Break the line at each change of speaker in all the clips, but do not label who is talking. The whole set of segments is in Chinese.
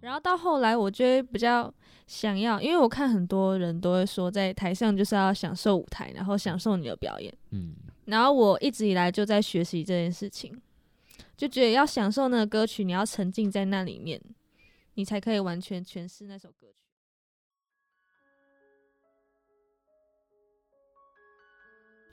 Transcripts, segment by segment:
然后到后来，我就会比较想要，因为我看很多人都会说，在台上就是要享受舞台，然后享受你的表演。
嗯，
然后我一直以来就在学习这件事情，就觉得要享受那个歌曲，你要沉浸在那里面，你才可以完全诠释那首歌曲。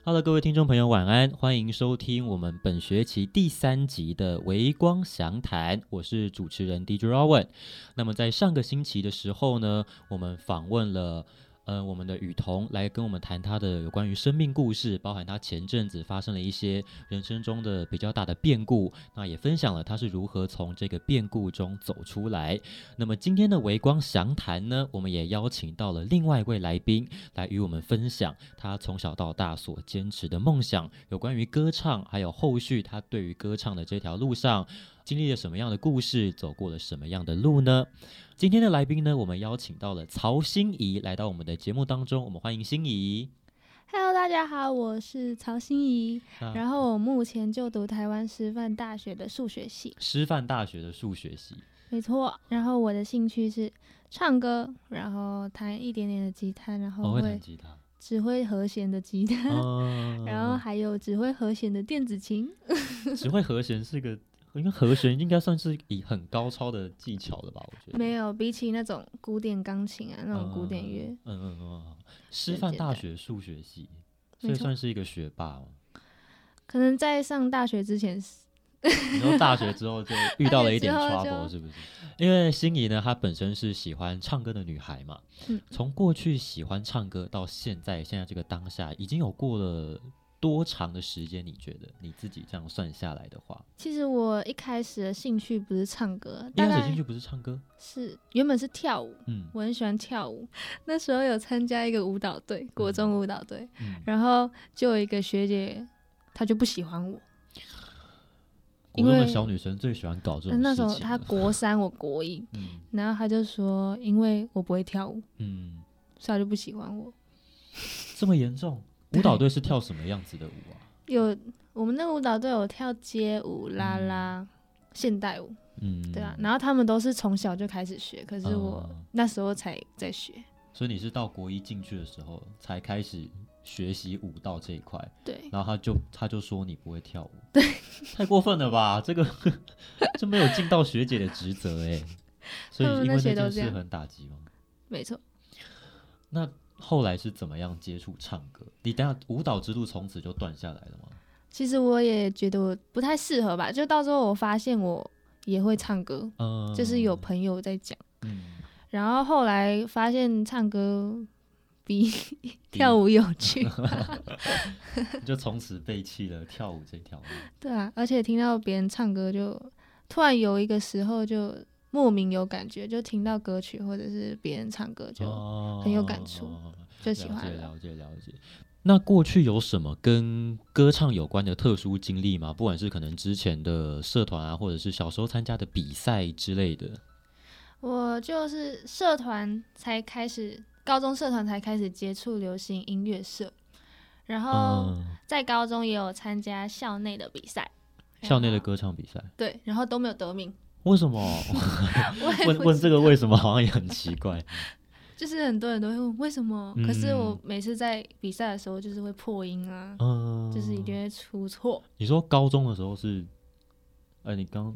Hello，各位听众朋友，晚安！欢迎收听我们本学期第三集的《微光详谈》，我是主持人 DJ Rowan。那么在上个星期的时候呢，我们访问了。呃，我们的雨桐来跟我们谈她的有关于生命故事，包含她前阵子发生了一些人生中的比较大的变故，那也分享了她是如何从这个变故中走出来。那么今天的微光详谈呢，我们也邀请到了另外一位来宾，来与我们分享他从小到大所坚持的梦想，有关于歌唱，还有后续他对于歌唱的这条路上经历了什么样的故事，走过了什么样的路呢？今天的来宾呢，我们邀请到了曹欣怡来到我们的节目当中，我们欢迎欣怡。
Hello，大家好，我是曹欣怡，
那
然后我目前就读台湾师范大学的数学系，
师范大学的数学系，
没错。然后我的兴趣是唱歌，然后弹一点点的吉他，然
我
后
哦会弹
哦会
吉他，
指挥和弦的吉他，
哦
然 后还有指挥和弦的电子琴。
只会和弦是个，因为和弦应该算是以很高超的技巧了吧？我觉得
没有，比起那种古典钢琴啊，那种古典乐，
嗯嗯嗯嗯嗯，师
对
范
简
大
单
学数学系，
没
所以
错
算是一个学霸哦。
可能在上大学之前是
然后大学之后就遇到了一点
大 学之后
trouble，
就是
不是？因为心仪呢，她本身是喜欢唱歌的女孩嘛
嗯，
从过去喜欢唱歌到现在，现在这个当下，已经有过了多长的时间？你觉得你自己这样算下来的话，
其实我一开始的兴趣不是唱歌，
一
大
开始
概
进去不是唱歌，
是原本是跳舞，
嗯
我很喜欢跳舞，那时候有参加一个舞蹈队，国中舞蹈队，
嗯，
然后就有一个学姐，她就不喜欢我。因
国中的
为
小女生最喜欢搞这种
那
事
时
情啊
候
了。
她国三，我国一，
嗯
然后她就说，因为我不会跳舞，
嗯，
所以她就不喜欢我。
这么严重？舞蹈队是跳什么样子的舞啊？
有我们那个舞蹈队有跳街舞、啦啦、现代舞，
嗯，
对啊，然后他们都是从小就开始学，可是我
嗯
那时候才在学。
所以你是到国一进去的时候才开始学习舞蹈这一块，
对，
然后他就他就说你不会跳舞，对， 太过分了吧？这个 这没有尽到学姐的职 责哎、所以
他们
因为
那些
那件
都这
事
样
很打击吗？
没错。
那后来是怎么样接触唱歌？你等下舞蹈之路从此就断下来了吗？
其实我也觉得我不太适合吧，就到时候我发现我也会唱歌，
嗯，
就是有朋友在讲。
嗯
然后后来发现唱歌比 跳舞有趣，
你就从此背弃了跳舞这条路。
对啊，而且听到别人唱歌就突然有一个时候就莫名有感觉，就听到歌曲或者是别人唱歌 就、
哦
很有感触就喜欢了。
了解了解了解。那过去有什么跟歌唱有关的特殊经历吗？不管是可能之前的社团啊，或者是小时候参加的比赛之类的。
我就是社团才开始，高中社团才开始接触流行音乐社，然后
嗯，
在高中也有参加校内的比赛，
校内的
然后
歌唱比赛，
对，然后都没有得名。
为什么？
我也
问
不
问
知
这个
道
为什么好像也很奇怪。
就是很多人都会问为什么，可是我
嗯
每次在比赛的时候就是会破音啊，
嗯，
就是一定会出错。
你说高中的时候是，呃，你刚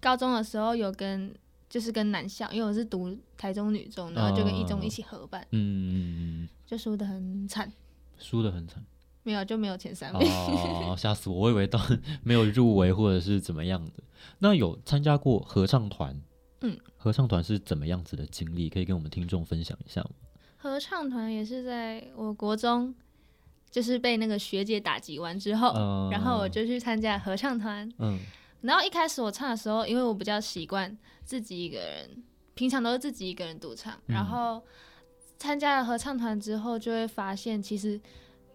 高中的时候有跟就是跟男校，因为我是读台中女中，然后就跟一中一起合办，
嗯
就输得很惨，
输的很惨。
没有就没有前三名。
哦，吓死我！我以为到 没有入围或者是怎么样的。那有参加过合唱团？
嗯，
合唱团是怎么样子的经历？可以跟我们听众分享一下吗？
合唱团也是在我国中，就是被那个学姐打击完之后，
嗯
哦然后我就去参加合唱团，
嗯
然后一开始我唱的时候，因为我比较习惯自己一个人，平常都是自己一个人独唱，
嗯
然后参加了合唱团之后，就会发现其实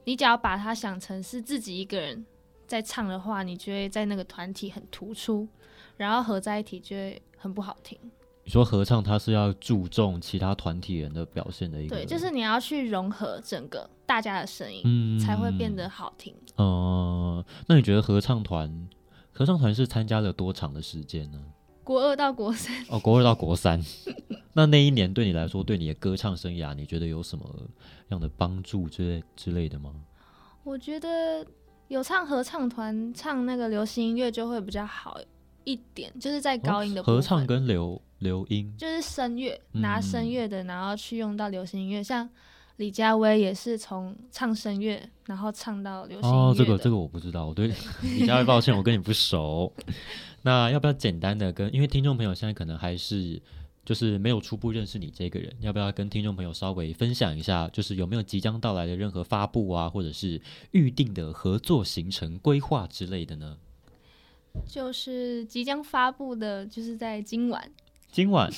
你只要把它想成是自己一个人在唱的话，你就会在那个团体很突出，然后合在一起就会很不好听。
你说合唱，它是要注重其他团体人的表现的一个，
对，就是你要去融合整个大家的声音，
嗯哦
才会变得好听。
嗯。那你觉得合唱团？合唱团是参加了多长的时间呢？
国二到国三，
哦，国二到 国三，那那一年对你来说，对你的歌唱生涯，你觉得有什么样的帮助之类之类的吗？
我觉得有唱合唱团唱那个流行音乐就会比较好一点，就是在高音的
哦
部分、
合唱跟流流音，
就是声乐，
嗯
拿声乐的，然后去用到流行音乐，像李佳薇也是从唱声乐，然后唱到流行音乐的。
哦，这个这个我不知道，我对 李佳薇抱歉，我跟你不熟。 那要不要简单的跟，因为听众朋友现在可能还是就是没有初步认识你这个人，要不要跟听众朋友稍微分享一下，就是有没有即将到来的任何发布啊，或者是预定的合作行程规划之类的呢？
就是即将发布的，就是在今晚，
今晚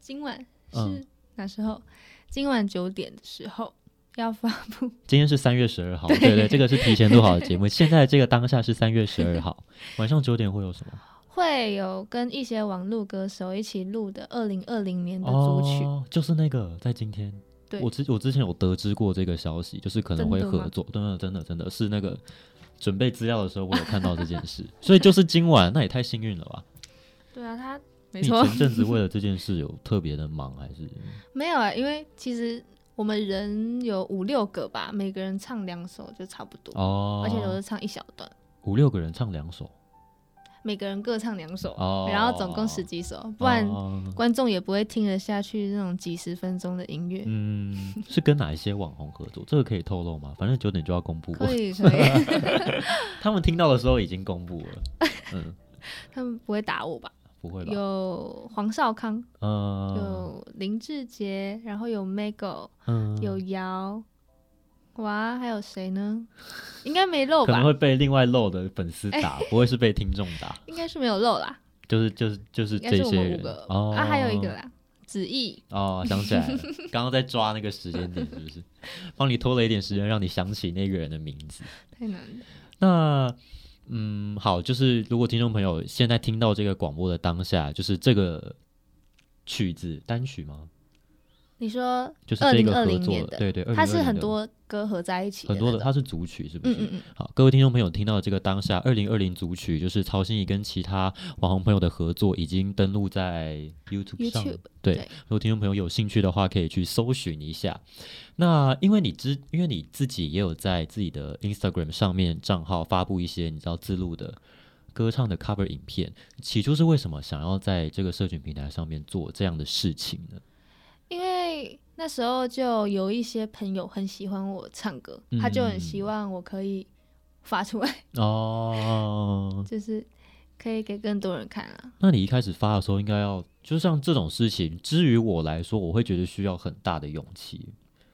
今晚
嗯
是哪时候？今晚九点的时候要发布。
今天是三月十二号，对对，这个是提前录好的节目。现在这个当下是三月十二号，晚上九点会有什么？
会有跟一些网络歌手一起录的二零二零年的组曲，
哦，就是那个在今天。
对
我之我之前有得知过这个消息，就是可能会
真的吗
合作，真的真的真的是那个准备资料的时候我有看到这件事，所以就是今晚，那也太幸运了吧？
对啊，他 没
你
错，
前阵子为了这件事有特别的忙，还 是
没有啊、因为其实我们人有五六个吧，每个人唱两首就差不多，
哦，
而且都是唱一小段，
五六个人唱两首，
每个人各唱两首，
哦
然后总共十几首，不然
哦
观众也不会听得下去那种几十分钟的音乐。
嗯，是跟哪一些网红合作？这个可以透露吗？反正九点就要公布，
可以可以，
他们听到的时候已经公布了，嗯，
他们不会打我吧？
不会吧？
有黄少康，
嗯
有林志杰，然后有 Mago，
嗯，
有姚，哇，还有谁呢？应该没漏
可
吧？
能
哎
会被另外漏的粉丝打，不会是被听众打。
应该是没有漏啦，
就是就是就是
应该是
这
我
些
们五
人
个
哦，
啊，还有一个啦，子毅，
哦，想起 来了，刚刚在抓那个时间点，是不是？帮你拖了一点时间，让你想起那个人的名字。
太难了。
那嗯，好，就是如果听众朋友现在听到这个广播的当下，就是这个曲子单曲吗？
你说
就是
二
这
零
个
二
合
零
作
年
的，
的，
对对，
它
2020
是很
的
多歌合在一起
很多
的
的，
那种，
它是组曲，是不是？
嗯嗯嗯，
好，各位听众朋友听到这个当下，二零二零组曲就是曹欣怡跟其他网红朋友的合作，已经登录在 YouTube 上。
YouTube，
对，
对
如果听众朋友有兴趣的话，可以去搜寻一下。那因为你知，因为你自己也有在自己的 Instagram 上面账号发布一些你知道自录的歌唱的 cover 影片，起初是为什么想要在这个社群平台上面做这样的事情呢？
因为那时候就有一些朋友很喜欢我唱歌，
嗯
他就很希望我可以发出来，
哦，
就是可以给更多人看啊。
那你一开始发的时候，应该要就像这种事情，之于我来说，我会觉得需要很大的勇气。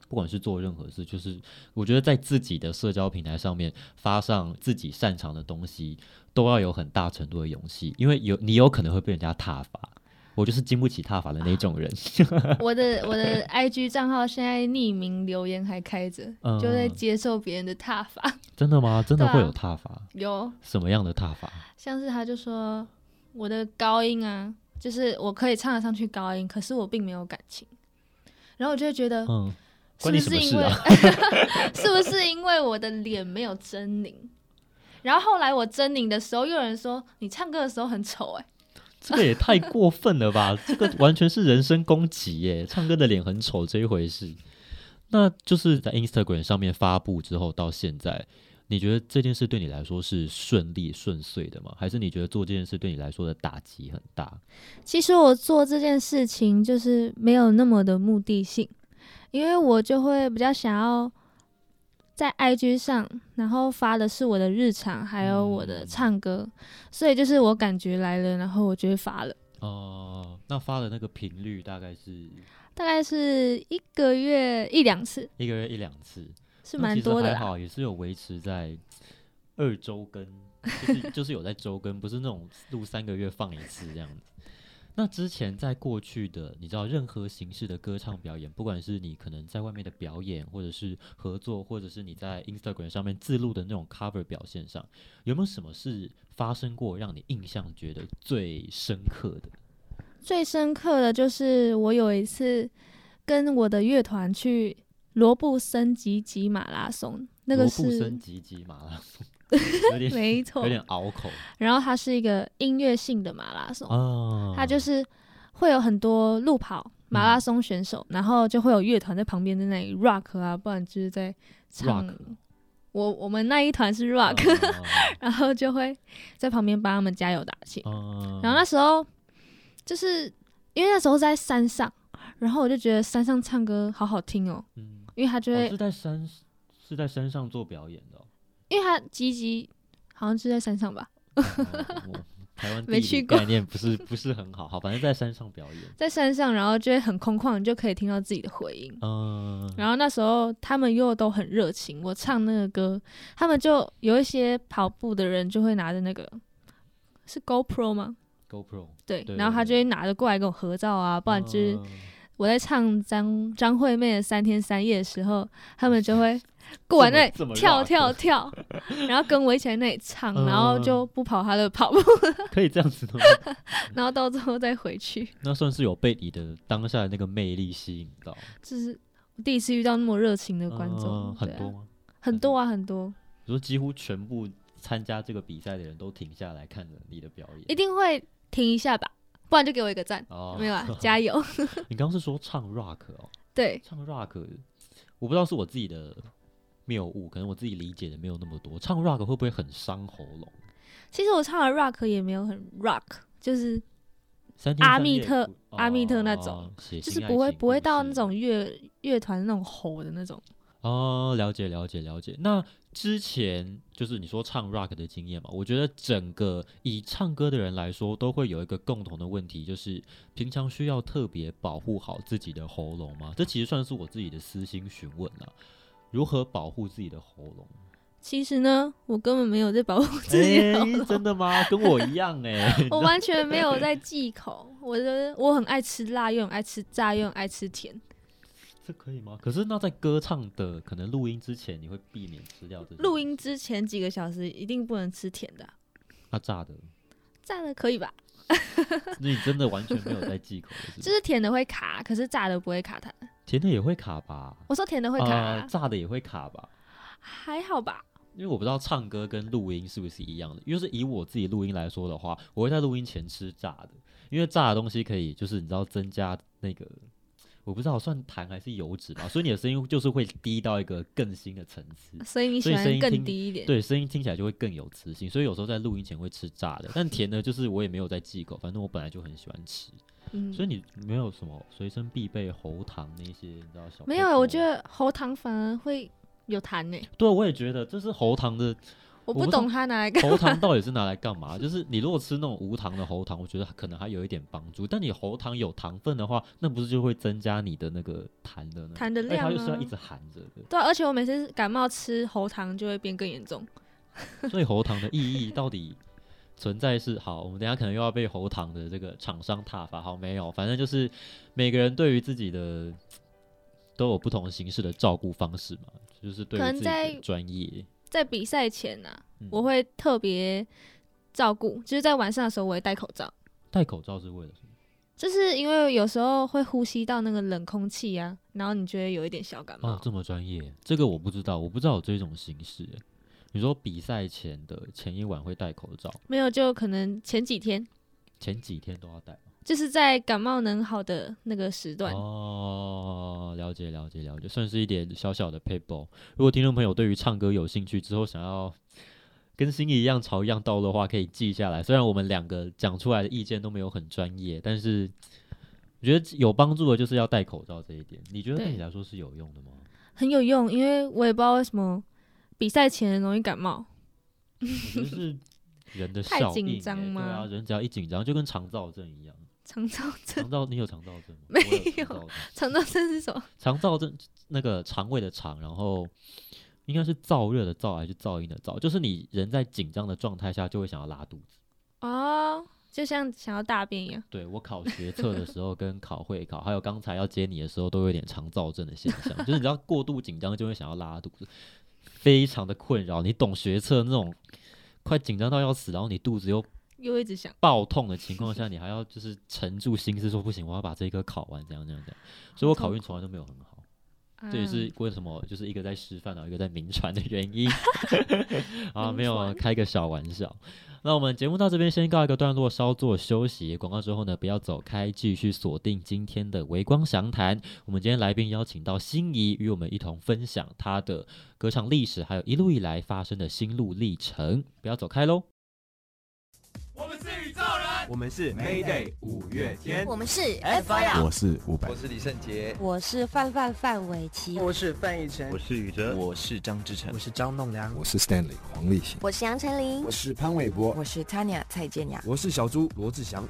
不管是做任何事，就是我觉得在自己的社交平台上面发上自己擅长的东西，都要有很大程度的勇气，因为有你有可能会被人家挞伐。我就是经不起挞伐的那种人。
我的我的 IG 账号现在匿名留言还开着，
嗯
就在接受别人的挞伐。
真的吗？真的
对啊
会有挞伐？
有，
什么样的挞伐？
像是他就说我的高音啊，就是我可以唱得上去高音，可是我并没有感情。然后我就会觉得，
嗯，
是
关
不
你什
是
么
因
事
为、
啊？
是不是因为我的脸没有狰狞？然后后来我狰狞的时候，又有人说你唱歌的时候很丑、欸，哎，
这个也太过分了吧！这个完全是人身攻击耶！唱歌的脸很丑这一回事，那就是在 Instagram 上面发布之后到现在，你觉得这件事对你来说是顺利顺遂的吗？还是你觉得做这件事对你来说的打击很大？
其实我做这件事情就是没有那么的目的性，因为我就会比较想要在 IG 上，然后发的是我的日常，还有我的唱歌，所以就是我感觉来了，然后我就会发了，
哦、那发的那个频率大概是
大概是一个月一两次，
一个月一两次，
是
那
蛮
其实
多的
还
啦。
好也是有维持在二周更，就是 就是有在周更，不是那种录三个月放一次这样子。那之前在过去的，你知道任何形式的歌唱表演，不管是你可能在外面的表演，或者是合作，或者是你在 Instagram 上面自录的那种 cover 表现上，有没有什么是发生过让你印象觉得最深刻的？
最深刻的就是我有一次跟我的乐团去罗布森吉吉马拉松，那个
罗布
是
森吉吉马拉松，有点
没错
有。点拗口
然后它是一个音乐性的马拉松，
哦。
它就是会有很多路跑马
嗯
拉松选手，然后就会有乐团在旁边在那里 rock 啊，不然就是在唱。
Rock 哦啊
我我们那一团是 rock，、然 后就会在旁边帮他们加油打气。
哦，
然后那时候就是因为那时候在山上，然后我就觉得山上唱歌好好听哦，
嗯，
因为他就
哦
会，
是在山是在山上做表演的 哦。
因为他吉吉好像就在山上吧，
哦我台湾
没
地
去
理
过
概念不是 不是很好，好，反正在山上表演。
在山上，然后就会很空旷，你就可以听到自己的回音。
嗯，
然后那时候他们又都很热情，我唱那个歌，他们就有一些跑步的人就会拿着那个是 GoPro 吗？
GoPro，
对，
对
然后他
对
就会拿着过来跟我合照啊，不然就是
嗯
我在唱张张惠妹的《三天三夜》的时候，他们就 会过来那
这么
里跳
这
跳
么
跳， 然后跟我一起在那里唱，
嗯
然后就不跑他的跑步，
可以这样子的吗？
然后到最后再回去，
那算是有被你的当下的那个魅力吸引到。
就是我第一次遇到那么热情的观众
嗯，很
对啊
多吗？
很多啊，很多，
你说几乎全部参加这个比赛的人都停下来看着你的表
一
演。
定会停一下吧，不然就给我一个赞，
哦
没有 啊，加油！
你刚刚是说唱 rock 哦，
对，
唱 rock，我不知道是我自己的谬误，可能我自己理解的没有那么多。唱 rock 会不会很伤喉咙？
其实我唱的 rock 也没有很 rock，就是
三天三夜
阿密特
不、
阿密特那
哦
种，
血
就
腥
是
爱
不会
情
不会
故
到
事
那种乐乐团那种吼的那种。
哦，了解了解了解。那之前就是你说唱 rock 的经验嘛，我觉得整个以唱歌的人来说，都会有一个共同的问题，就是平常需要特别保护好自己的喉咙吗？这其实算是我自己的私心询问啦。如何保护自己的喉咙？
其实呢，我根本没有在保护自哦己的喉
诶哎真
咙，
的吗？跟我一样哎、你知
我
道
完全没有在忌口。我的我很爱吃辣，又很爱吃炸，又很爱吃甜。
这可以吗？可是那在歌唱的可能录音之前，你会避免吃掉这些
录音之前几个小时一定不能吃甜的啊、
那炸的，
炸的可以吧？
你真的完全没有在忌口的是不是，
就是甜的会卡，可是炸的不会卡它。
甜的也会卡吧？
我说甜的会卡、
啊炸的也会卡吧？
还好吧？
因为我不知道唱歌跟录音是不是一样的。就是以我自己录音来说的话，我会在录音前吃炸的，因为炸的东西可以就是你知道增加那个，我不知道算糖还是油脂吧，所以你的声音就是会低到一个更新的层次。
所以你
所以
喜
声音
欢更
听
低一点。
对，声音听起来就会更有磁性，所以有时候在录音前会吃炸的，但甜的就是我也没有在忌口，反正我本来就很喜欢吃，
嗯
所以你没有什么随身必备喉糖那些，你知道小
没
配
有，啊我
方
觉得喉糖反而会有痰呢、
对，我也觉得这是喉糖的
我
我
不
不懂
懂它拿来干。
喉糖到底是拿来干嘛？就是你如果吃那种无糖的喉糖，我觉得可能还有一点帮助。但你喉糖有糖分的话，那不是就会增加你的那个痰的呢？
痰的
而且它
量
就是要一
啊
直含着的。
对啊、而且我每次感冒吃喉糖就会变更严重。
所以喉糖的意义到底存在是好？我们等一下可能又要被喉糖的这个厂商挞伐。好，没有，反正就是每个人对于自己的都有不同形式的照顾方式嘛，就是对
可
于
能
自己
在
的专业。
在比赛前啊呢、
嗯
我会特别照顾，就是在晚上的时候我会戴口罩，
戴口罩是为了什么？
就是因为有时候会呼吸到那个冷空气啊，然后你觉得有一点小感冒。
哦，这么专业，这个我不知道，我不知道有这种形式欸。你说比赛前的前一晚会戴口罩，
没有，就可能前几天
前几天都要戴吗。
就是在感冒能好的那个时段，
哦，了解了解了解，算是一点小小的 p a p e 如果听众朋友对于唱歌有兴趣，之后想要跟心仪一样朝一样道路的话，可以记下来。虽然我们两个讲出来的意见都没有很专业，但是我觉得有帮助的就是要戴口罩这一点。你觉得对
对
你来说是有用的吗？
很有用，因为我也不知道为什么比赛前容易感冒。
我觉得是人的
太
效
紧
应欸
张
对啊，
吗
人只要一紧张，就跟肠燥症一样。
肠燥症，
肠燥，你有肠燥症吗？
没
我有
有
肠
肠
燥症。
燥症是什么？
肠燥症那个肠胃的肠，然后应该是燥热的燥还是噪音的燥？就是你人在紧张的状态下就会想要拉肚子。
哦，就像想要大便一样。
对我考学测的时候，跟考会考，还有刚才要接你的时候，都有点肠燥症的现象，就是你知道过度紧张就会想要拉肚子，非常的困扰。你懂学测那种快紧张到要死，然后你肚子又
又一直想，
爆痛的情况下，你还要就是沉住心思说不行，我要把这一科考完，怎样怎样怎样。所以我考运从来都没有很好，这
嗯
也
嗯
是为什么就是一个在师范，然后啊一个在名传的原 因。啊，没有啊
名传
开个小玩笑。那我们节目到这边先告一个段落，稍作休息。广告之后呢，不要走开，继续锁定今天的微光详谈。我们今天来宾邀请到心仪，与我们一同分享她的歌唱历史，还有一路以来发生的心路历程。不要走开喽。
我们是宇宙人，
我们是
Mayday 五月天
我们是 F I
我是伍佰
我，是李圣杰，
我是范范范玮琪，
我是范逸臣，
是宇哲，
我是张志成，我是张栋梁，
我是 Stanley 黄立行。
我是杨丞琳，
是潘玮柏，
我是 Tanya 蔡健雅。
我是小猪罗志祥。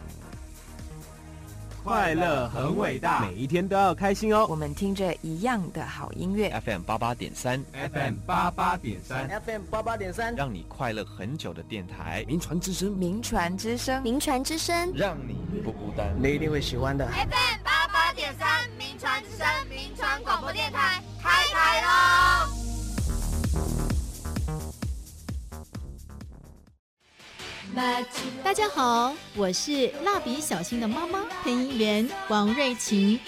快乐很伟大
每一天都要开心哦。
我们听着一样的好音乐，
FM 八八点三，
FM 八八点三，
FM 八八点三，
让你快乐很久的电台。
名传之声，
名传之声。
名传之声，
让你不孤单。
你一定会喜欢的。
八八点三，名传之声，名传广播电台开台喽！
大家好，我是蜡笔小新的妈妈配音员王瑞琴。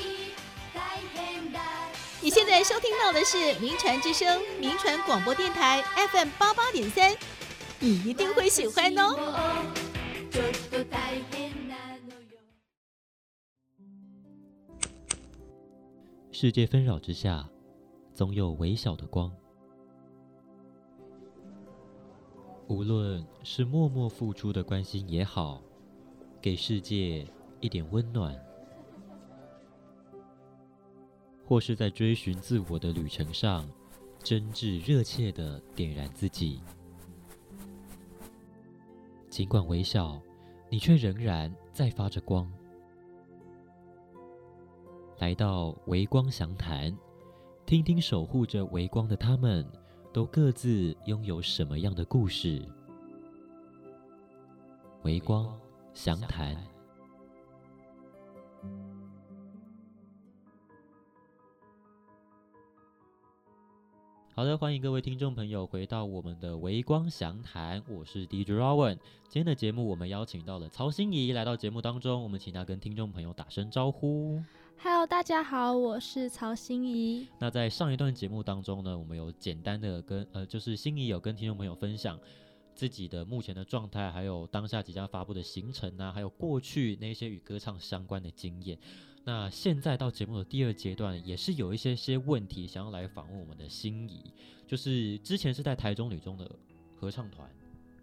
你现在收听到的是名传之声名传广播电台 FM 八八点三，你一定会喜欢哦。
世界纷扰之下，总有微小的光。无论是默默付出的关心也好，给世界一点温暖，或是在追寻自我的旅程上，真挚热切的点燃自己。尽管微小，你却仍然在发着光。来到微光详谈，听听守护着微光的他们，都各自拥有什么样的故事？微光详谈。好的，欢迎各位听众朋友回到我们的微光详谈，我是 DJ Rowan。今天的节目我们邀请到了曹心怡来到节目当中，我们请她跟听众朋友打声招呼。
Hello，大家好，我是曹心怡。
那在上一段节目当中呢，我们有简单的跟呃，就是心仪有跟听众朋友分享自己的目前的状态，还有当下即将发布的行程啊，还有过去那些与歌唱相关的经验。那现在到节目的第二阶段，也是有一些些问题想要来访问我们的心仪，就是之前是在台中女中的合唱团，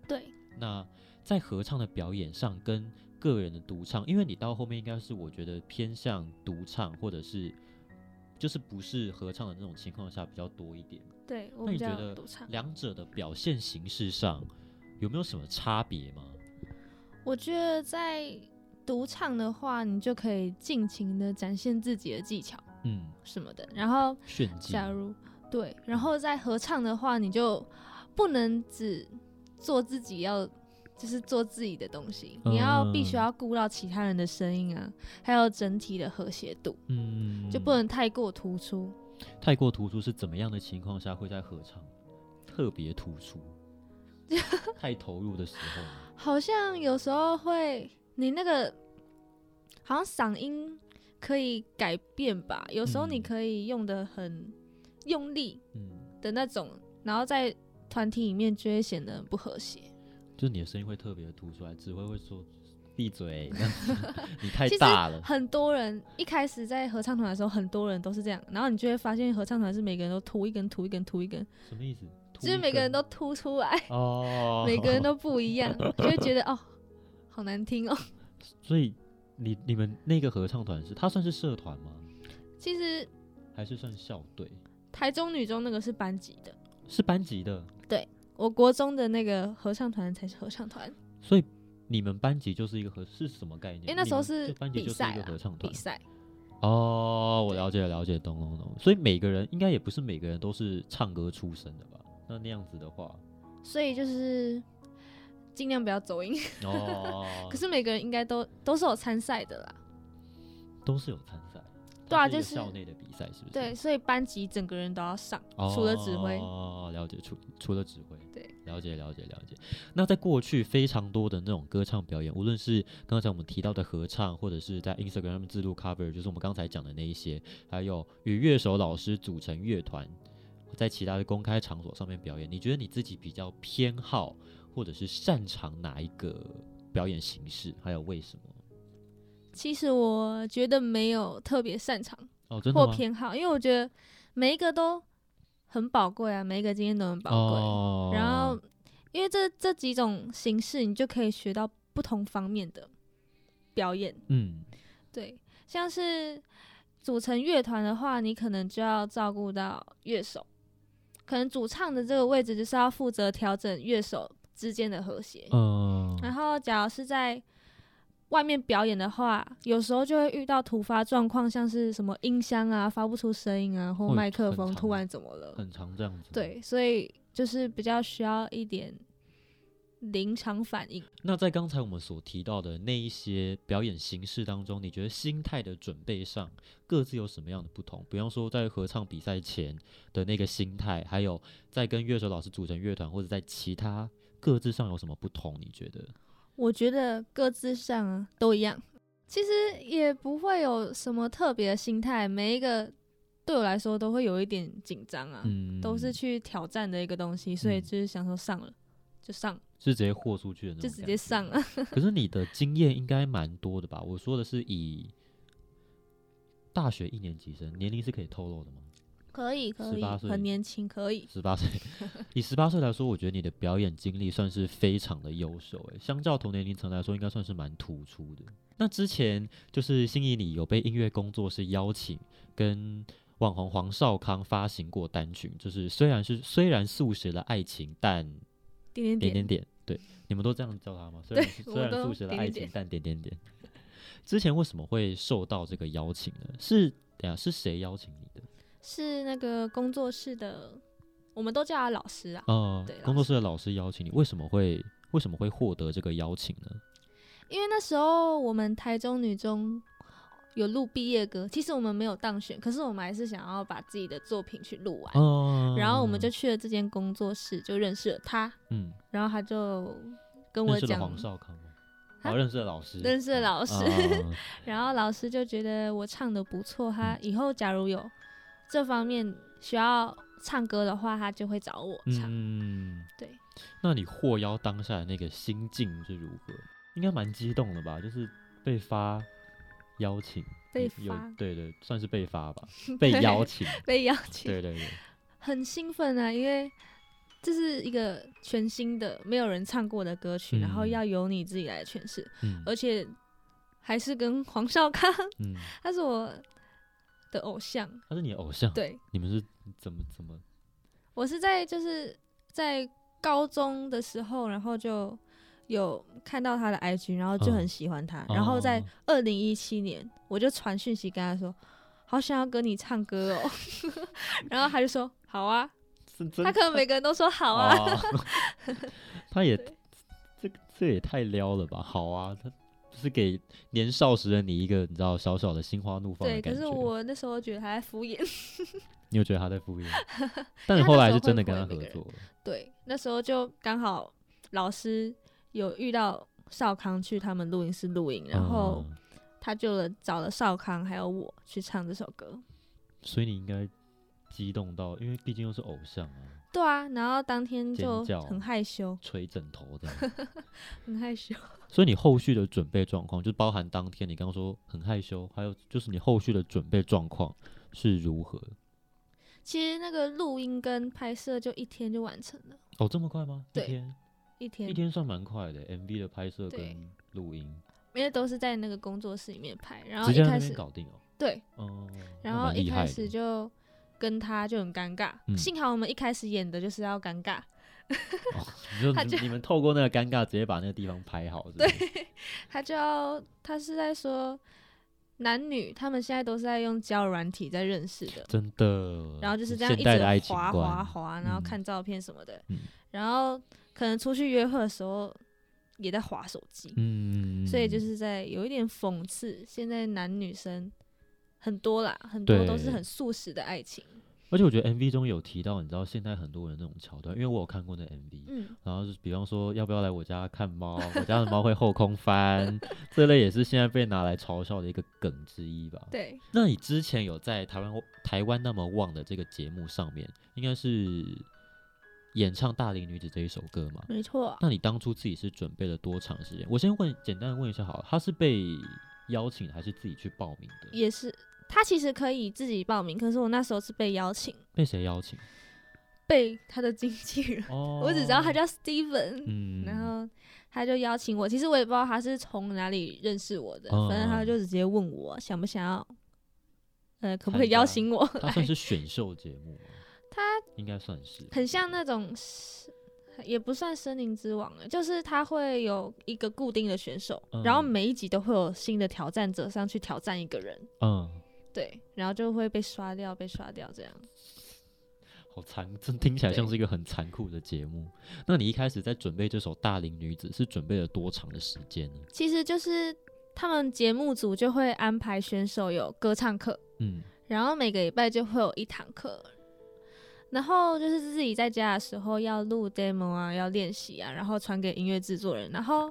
对，
那在合唱的表演上跟个人的独唱，因为你到后面应该是我觉得偏向独唱，或者是就是不是合唱的那种情况下比较多一点。
对我比
那你觉
较
得
独唱。
两者的表现形式上有没有什么差别吗？
我觉得在独唱的话，你就可以尽情的展现自己的技巧
嗯，
什么的。然后，
炫技。
假如对，然后在合唱的话，你就不能只做自己要，就是做自己的东西，你要必须
嗯
要顾到其他人的声音啊，还有整体的和谐度，
嗯，
就不能太过突出。
太过突出是怎么样的情况下会在合唱特别突 出？太投入的时候吗，
好像有时候会，你那个好像嗓音可以改变吧，有时候你
嗯
可以用的很用力
嗯，
的那种，然后在团体里面就会显得很不和谐。
就是你的声音会特别突出来，指挥会说闭嘴，这样子 你太
其实
大了。
很多人一开始在合唱团的时候，很多人都是这样，然后你就会发现合唱团是每个人都凸一根、凸一根、凸一根，
什么意思？凸
就是
一
每个人都
根
凸出来，
哦，
每个人都不一样，就会觉得哦，好难听哦。
所以你你们那个合唱团是它算是社团吗？
其实
还是算校队？
台中女中那个是班级的，
是班级的，
我国中的那个合唱团才是合唱团，
所以你们班级就是一个合是什么概念？
因为那时候
你们
是
就班级
比
就是一
赛
个
啦
合唱团
比赛，
哦，我了解了解，懂懂懂。所以每个人应该也不是每个人都是唱歌出身的吧？那那样子的话，
所以就是尽量不要走音。 ，
哦
可是每个人应该都都是有参赛的啦，
都是有参赛，
对啊
它
就
一个
是
校内的比赛是不是？
对，所以班级整个人都要上，
哦，
除了指挥。
哦，了解，除除了指挥，
对，
了解了解了解。那在过去非常多的那种歌唱表演，无论是刚才我们提到的合唱，或者是在 Instagram 上面自录 cover，就是我们刚才讲的那一些，还有与乐手老师组成乐团，在其他的公开场所上面表演，你觉得你自己比较偏好或者是擅长哪一个表演形式，还有为什么？
其实我觉得没有特别擅长
哦，真的
或
吗？
偏好，因为我觉得每一个都很宝贵啊，每一个经验都很宝贵。
哦，
然后，因为这这几种形式，你就可以学到不同方面的表演。
嗯，
对，像是组成乐团的话，你可能就要照顾到乐手，可能主唱的这个位置就是要负责调整乐手之间的和谐。
嗯，
然后，假如是在外面表演的话，有时候就会遇到突发状况，像是什么音箱啊发不出声音啊，或
哦
麦克
很
风
常
突然怎么了。
很常这样子。，
对，所以就是比较需要一点临场反应。
那在刚才我们所提到的那一些表演形式当中，你觉得心态的准备上各自有什么样的不同？比方说，在合唱比赛前的那个心态，还有在跟乐手老师组成乐团，或者在其他各自上有什么不同？你觉得？
我觉得各自上啊都一样，其实也不会有什么特别的心态，每一个对我来说都会有一点紧张啊，
嗯，
都是去挑战的一个东西，所以
嗯
就是想说上了就上，
是直接豁出去的那种，
就直接上。了。
可是你的经验应该蛮多的吧？我说的是以大学一年级生，年龄是可以透露的吗？
可以可以，
18岁
很年轻，可以。
十八岁，以十八岁来说，我觉得你的表演经历算是非常的优秀，诶，相较同年龄层来说，应该算是蛮突出的。那之前就是心仪你有被音乐工作室邀请跟网红黄少康发行过单曲，就是虽然是虽然素食的爱情，但
点点
点点
点，
点，对，你们都这样叫他吗？虽然
对
虽
我
然
都
素食的
点
爱
点
情
点，
但点点点。 之前为什么会受到这个邀请呢？是等一下是谁邀请你的？
是那个工作室的，我们都叫他老师啊，
哦、
对
工
老
作室的老师邀请你，为什么会为什么会获得这个邀请呢？
因为那时候我们台中女中有录毕业歌，其实我们没有当选，可是我们还是想要把自己的作品去录完。
哦、
然后我们就去了这间工作室，就认识了他，
嗯，
然后他就跟我
认识了
讲，
黄少康吗？
啊
哦，认识了老师，
认识了老师
啊 啊啊
然后老师就觉得我唱的不错，他
嗯
以后假如有这方面需要唱歌的话，他就会找我唱。
嗯，
对。
那你获邀当下的那个心境是如何？应该蛮激动的吧？就是被发邀请，
被
有
发
对对，算是被发吧，被邀请，
被邀请，
对对对，
很兴奋啊，因为这是一个全新的、没有人唱过的歌曲，
嗯
然后要由你自己来诠释，
嗯
而且还是跟黄少康，
嗯，
他是我的偶像。
他是你的偶像，，
对
你们是怎么怎么？
我是在就是在高中的时候，然后就有看到他的 IG，然后就很
嗯
喜欢他，然后在
哦
二零一七年，我就传讯息跟他说，好想要跟你唱歌哦， 然后他就说好啊，
是真
他可能每个人都说好啊。
哦他也这这也太撩了吧？好啊，他就是给年少时的你一个你知道小小的心花怒放的
对，
感
可
觉。
是我那时候觉得他在敷衍。
你有觉得他在敷衍？
因为
但你
他
后
那
来
时
是
候
真的
会
跟
敷
他
衍每
合
个人
作了。
对，那时候就刚好老师有遇到少康去他们录音室录音，然后
嗯
他就了找了少康还有我去唱这首歌。
所以你应该激动到，因为毕竟又是偶像啊，
对啊，然后当天
尖
就
叫啊
很害羞，
捶枕头 这样。
很害羞。
所以你后续的准备状况，就包含当天你刚刚说很害羞，还有就是你后续的准备状况是如何？
其实那个录音跟拍摄就一天就完成了，
哦，这么快吗？一
对
天
一天，
一天算蛮快的，MV 的拍摄
对
跟录音。
因为都是在那个工作室里面拍，然后
直
一
接在那
开
边
始
搞定哦。
对，
哦，那
然后
蛮
一
厉害
开
的
始就跟他就很尴尬，
嗯
幸好我们一开始演的就是要尴尬，
哦你说
他
你
就
你们透过那个尴尬，直接把那个地方拍好，对，
他就要他是在说男女他们现在都是在用交友软体在认识的，
真的。
然后就是这样一
现代的爱
直
情
滑滑
观，
滑，然后
嗯
看照片什么的，
嗯
然后可能出去约会的时候也在滑手机，
嗯，
所以就是在有一点讽刺，现在男女生很多啦，很多都是
对
很速食的爱情，
而且我觉得 MV 中有提到，你知道现在很多人那种桥段，因为我有看过那 MV，
嗯，
然后就是比方说要不要来我家看猫，我家的猫会后空翻， 这类也是现在被拿来嘲笑的一个梗之一吧。
对，
那你之前有在台湾台湾那么旺的这个节目上面，应该是演唱《大龄女子》这一首歌嘛？
没错。
那你当初自己是准备了多长时间？我先问，简单地问一下好了，他是被邀请还是自己去报名的？
也是，他其实可以自己报名，可是我那时候是被邀请，
被谁邀请？
被他的经纪人，
哦，
我只知道他叫 Steven，、
嗯，
然后他就邀请我，其实我也不知道他是从哪里认识我的，反正
嗯嗯
他
嗯
就直接问我想不想要，呃，可不
参
可以邀
加
请我
他
来
算是选秀节目吗？
他
应该算是，
很像那种是，也不算森林之王了，就是他会有一个固定的选手，然后
嗯
每一集都会有新的挑战者上去挑战一个人，
嗯，
对，然后就会被刷掉，被刷掉这样。
好残，真听起来像
对
是一个很残酷的节目。那你一开始在准备这首《大龄女子》是准备了多长的时间呢？
其实就是他们节目组就会安排选手有歌唱课，
嗯，
然后每个礼拜就会有一堂课。然后就是自己在家的时候要录 demo 啊，要练习啊，然后传给音乐制作人。然后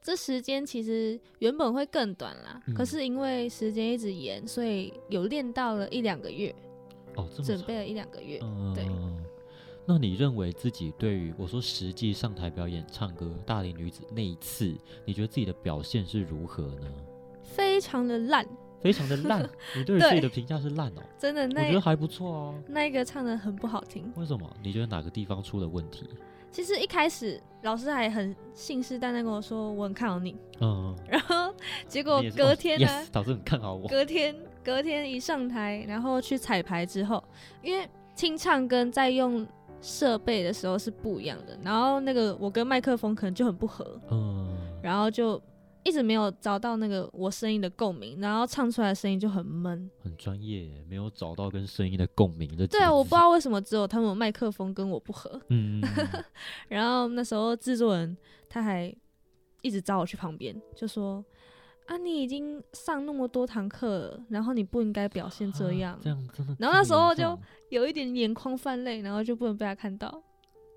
这时间其实原本会更短啦，
嗯
可是因为时间一直延，所以有练到了一两个月，
哦，这么
准
长
备了一两个月。
嗯，
对。
那你认为自己对于我说实际上台表演唱歌《大龄女子》那一次，你觉得自己的表现是如何呢？
非常的烂，
非常的烂，你对于自己的评价是烂哦。
真的
我觉得
那
还不错哦。
那一个唱的很不好听。
为什么？你觉得哪个地方出了问题？
其实一开始老师还很信誓旦旦跟我说我很看好你，
嗯，
然后结果
你也是
隔
哦
天呢、
，yes, 导致很看好我。
隔天隔天一上台，然后去彩排之后，因为清唱跟在用设备的时候是不一样的，然后那个我跟麦克风可能就很不合，
嗯，
然后就一直没有找到那个我声音的共鸣，然后唱出来的声音就很闷。
很专业耶，没有找到跟声音的共鸣的。
对啊，我不知。道为什么只有他们麦克风跟我不合，
嗯，
然后那时候制作人他还一直找我去旁边，就说：“啊，你已经上那么多堂课了，然后你不应该表现这样。
啊这样真的这么严重。
然后那时候就有一点眼眶泛泪，然后就不能被他看到，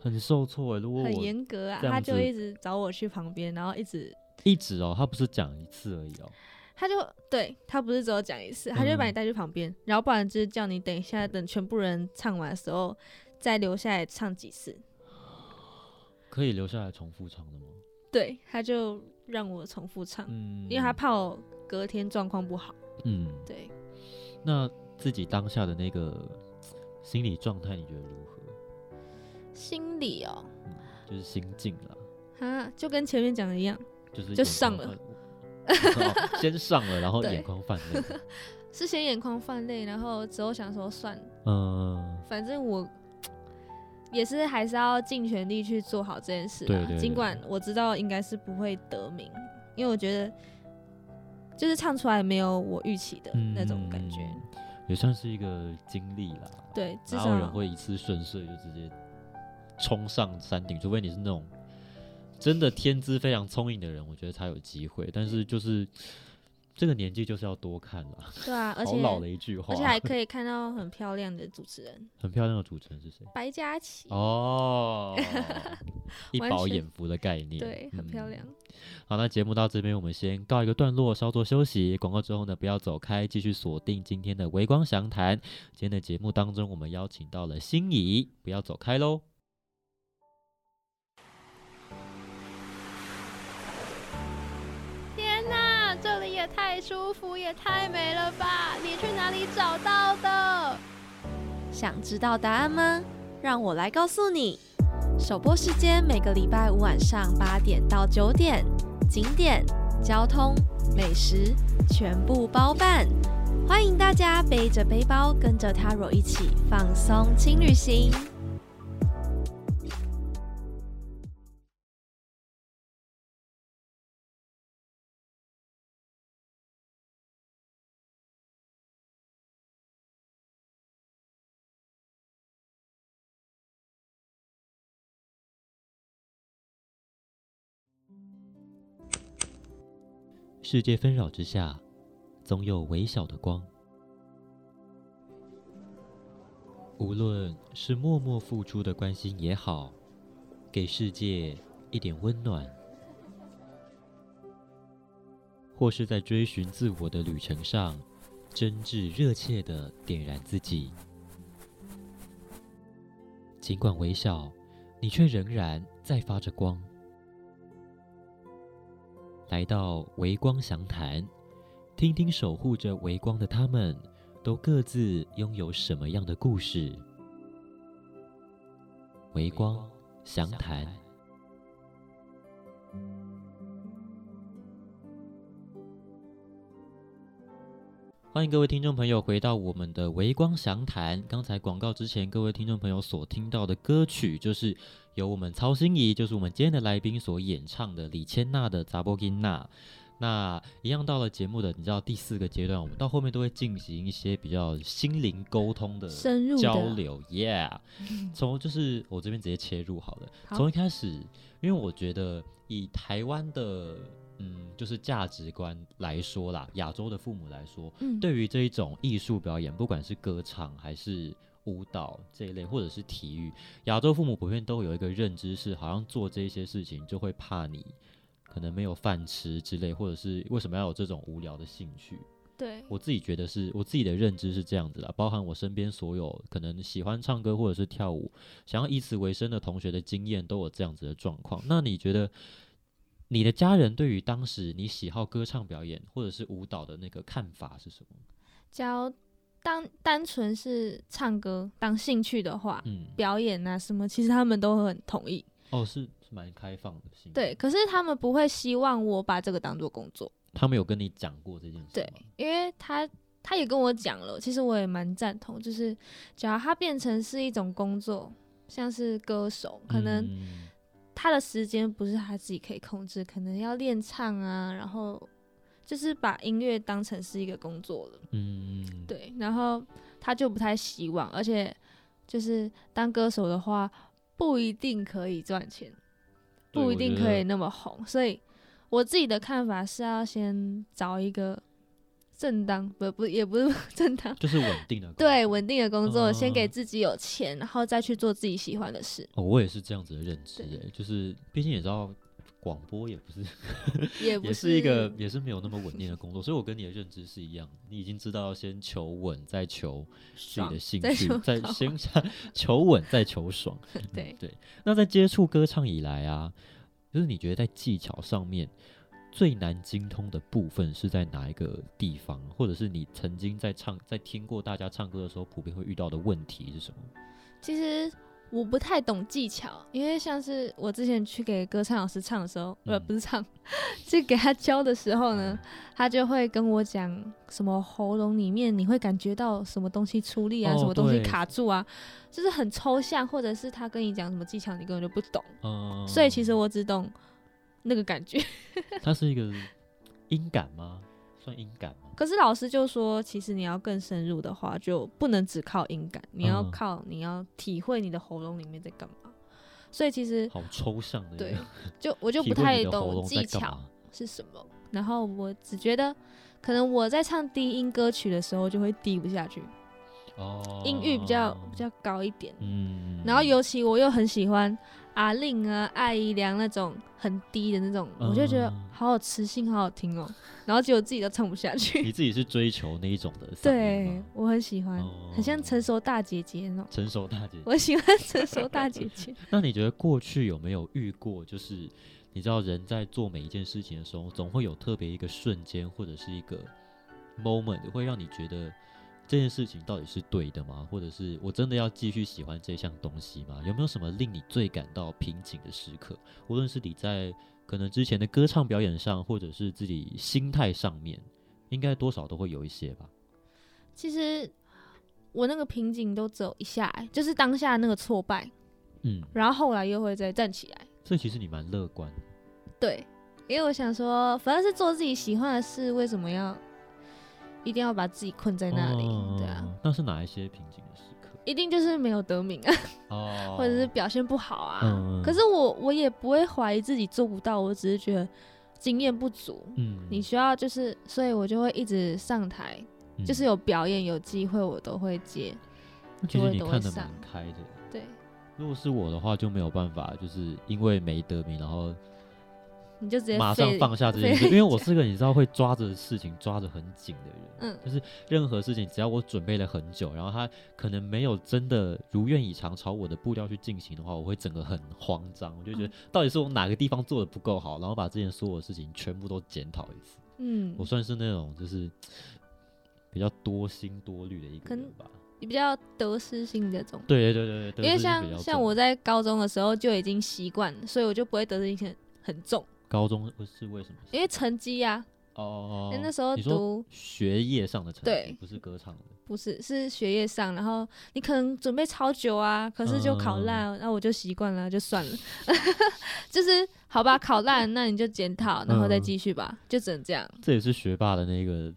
很受挫哎。如果
很
我
严格啊。
这样
他就
子
一直找我去旁边，然后一直，
一直哦，他不是讲一次而已哦。
他就对他不是只有讲一次，他就把你
嗯
带去旁边，然后不然就是叫你等一下，等全部人唱完的时候再留下来唱几次。
可以留下来重复唱的吗？
对，他就让我重复唱，
嗯，
因为他怕我隔天状况不好。
嗯，
对，
那自己当下的那个心理状态，你觉得如何？
心理哦，
就是心境啦，
啊，就跟前面讲的一样，
就是
就
眼
上
眶
了
泛 哦先上了，然后
对
眼眶泛 泪。
是先眼眶泛泪，然后之后想说算了，
嗯，
反正我也是还是要尽全力去做好这件事啦。
对对对
尽管我知道应该是不会得名，因为我觉得就是唱出来没有我预期的那种感觉。
嗯也算是一个经历啦。
对，至
哪有人
少
会一次顺遂就直接冲上山顶？除非你是那种真的天资非常聪颖的人，我觉得才有机会。但是就是这个年纪就是要多看啦，
对啊，而
好老的
且
一句话
而且。还可以看到很漂亮的主持人
很漂亮的主持人是 谁？
白嘉琪，
哦，一
完
饱
全
眼福的概念，
对，很漂
嗯
亮。
好，那节目到这边，我们先告一个段落，稍作休息。广告之后呢，不要走开，继续锁定今天的微光详谈。今天的节目当中，我们邀请到了心仪，不要走开喽。
天哪，这里也太舒服，也太美了吧！你去哪里找到的？
想知道答案吗？让我来告诉你。首播时间每个礼拜五晚上八点到九点，景点、交通、美食全部包办，欢迎大家背着背包，跟着 Taro 一起放松轻旅行。
世界纷扰之下，总有微小的光。无论是默默付出的关心也好，给世界一点温暖，或是在追寻自我的旅程上，真挚热切的点燃自己。尽管微小，你却仍然在发着光。来到微光详谈，听听守护着微光的他们，都各自拥有什么样的故事？微光详谈。欢迎各位听众朋友回到我们的微光详谈。刚才广告之前，各位听众朋友所听到的歌曲，就是由我们曹心怡，就是我们今天的来宾所演唱的李千娜的《扎波金娜》。那一样到了节目的，你知道第四个阶段，我们到后面都会进行一些比较心灵沟通的
深入的嗯
交流，Yeah。从就是我这边直接切入好了，
好
从一开始，因为我觉得以台湾的嗯，就是价值观来说啦，亚洲的父母来说，
嗯
对于这一种艺术表演，不管是歌唱还是舞蹈这一类，或者是体育，亚洲父母普遍都有一个认知是，好像做这些事情就会怕你可能没有饭吃之类，或者是为什么要有这种无聊的兴趣？
对，
我自己觉得是我自己的认知是这样子的，包含我身边所有可能喜欢唱歌或者是跳舞，想要以此为生的同学的经验，都有这样子的状况。那你觉得你的家人对于当时你喜好歌唱表演或者是舞蹈的那个看法是什么？
教当单纯是唱歌当兴趣的话，
嗯，
表演啊什么，其实他们都很同意。
哦，是是蛮开放的心。
对，，可是他们不会希望我把这个当做工作，
他们有跟你讲过这件事
对
吗？，
因为他他也跟我讲了，其实我也蛮赞同，就是只要它变成是一种工作，像是歌手，可能
嗯
他的时间不是他自己可以控制，可能要练唱啊，然后就是把音乐当成是一个工作了。
嗯，
对，然后他就不太希望，而且就是当歌手的话，不一定可以赚钱，
对
不一
我
定
觉
可
得
以那么红，所以我自己的看法是要先找一个正当，不不也不是 正当，
就是稳 定的。
对稳定的工作，先给
嗯
自己有钱，然后再去做自己喜欢的事，
哦，我也是这样子的认知诶，就是毕竟也知道广播也不是，
也不
也是一个也是没有那么稳定的工作，所以我跟你的认知是一样的，你已经知道要先求稳，再求自己
爽
的兴
再
趣
求，
再
爽
先求稳，再求爽。嗯
对
对，那在接触歌唱以来啊，就是你觉得在技巧上面最难精通的部分是在哪一个地方，或者是你曾经在唱在听过大家唱歌的时候普遍会遇到的问题是什么？
其实我不太懂技巧，因为像是我之前去给歌唱老师唱的时候，呃、
嗯
不是唱， 去给他教的时候呢，他就会跟我讲什么喉咙里面你会感觉到什么东西出力啊，
哦
什么东西
对
卡住啊，就是很抽象，或者是他跟你讲什么技巧你根本就不懂，
嗯，
所以其实我只懂那个感觉。
它是一个 音感吗？算音感吗？
可是老师就说，其实你要更深入的话，就不能只靠音感，你要
嗯
靠你要体会你的喉咙里面在干嘛。所以其实
好抽象的一个，
对就我就
体
不
会
太
你的喉
懂
咙在
技
干
巧
嘛
是什么，然后我只觉得可能我在唱低音歌曲的时候就会低不下去，
哦，
音域比较比较高一点。
嗯，
然后尤其我又很喜欢阿令啊、艾怡良那种很低的那种，我就觉得
嗯
好有磁性，好好听哦、 然后结果自己都唱不下
你
去。
自己是追求那一种的嗓音
对
吗，
我很喜欢，很像
哦
成熟大姐姐那种。
成熟大姐姐。
我喜欢成熟大姐 姐。
那你觉得过去有没有遇过，就是你知道人在做每一件事情的时候，总会有特别一个瞬间或者是一个 moment，会让你觉得这件事情到底是对的吗？或者是我真的要继续喜欢这项东西吗？有没有什么令你最感到瓶颈的时刻？无论是你在可能之前的歌唱表演上，或者是自己心态上面，应该多少都会有一些吧。
其实我那个瓶颈都只有一下来，就是当下那个挫败，
嗯，
然后后来又会再站起来。
所以其实你蛮乐观的。
对，因为我想说，反正是做自己喜欢的事，为什么要一定要把自己困在那里？对啊，
哦，那是哪一些瓶颈的时刻？
一定就是没有得名啊，
哦，
或者是表现不好啊。
嗯
可是我我也不会怀疑自己做不到，我只是觉得经验不足。
嗯，
你需要就是，所以我就会一直上台，
嗯
就是有表演有机会我都会接。
其
就
实
会
你
都
看
会
得
上
蛮。开的。
对，
如果是我的话，就没有办法，就是因为没得名，然后
你就直接
马上
废
放下这件事，
废
因为我是个你知道会抓着事情抓着很紧的人。
嗯
就是任何事情，只要我准备了很久，然后他可能没有真的如愿以偿朝我的步调去进行的话，我会整个很慌张，我就
嗯
觉得到底是我哪个地方做的不够好，然后把之前所有的事情全部都检讨一次。
嗯
我算是那种就是比较多心多虑的一个
可
人
能
吧。
你比较得失心这种。
对对对对对，
因为
得失心比
像
较
像
重啊
我在高中的时候就已经习惯了，所以我就不会得失心很很重，
高中是为什么？
因为成绩呀、
哦，
那时候
你说
读
学业上的成绩，
对
不是歌唱的。
不是是学业上，然后你可能准备超久啊，可
嗯
是就考烂，那、我就习惯了，就算了， 就是好吧，考烂那你就检讨，然后再
嗯
继续吧，就只能这样。
这也是学霸的那个，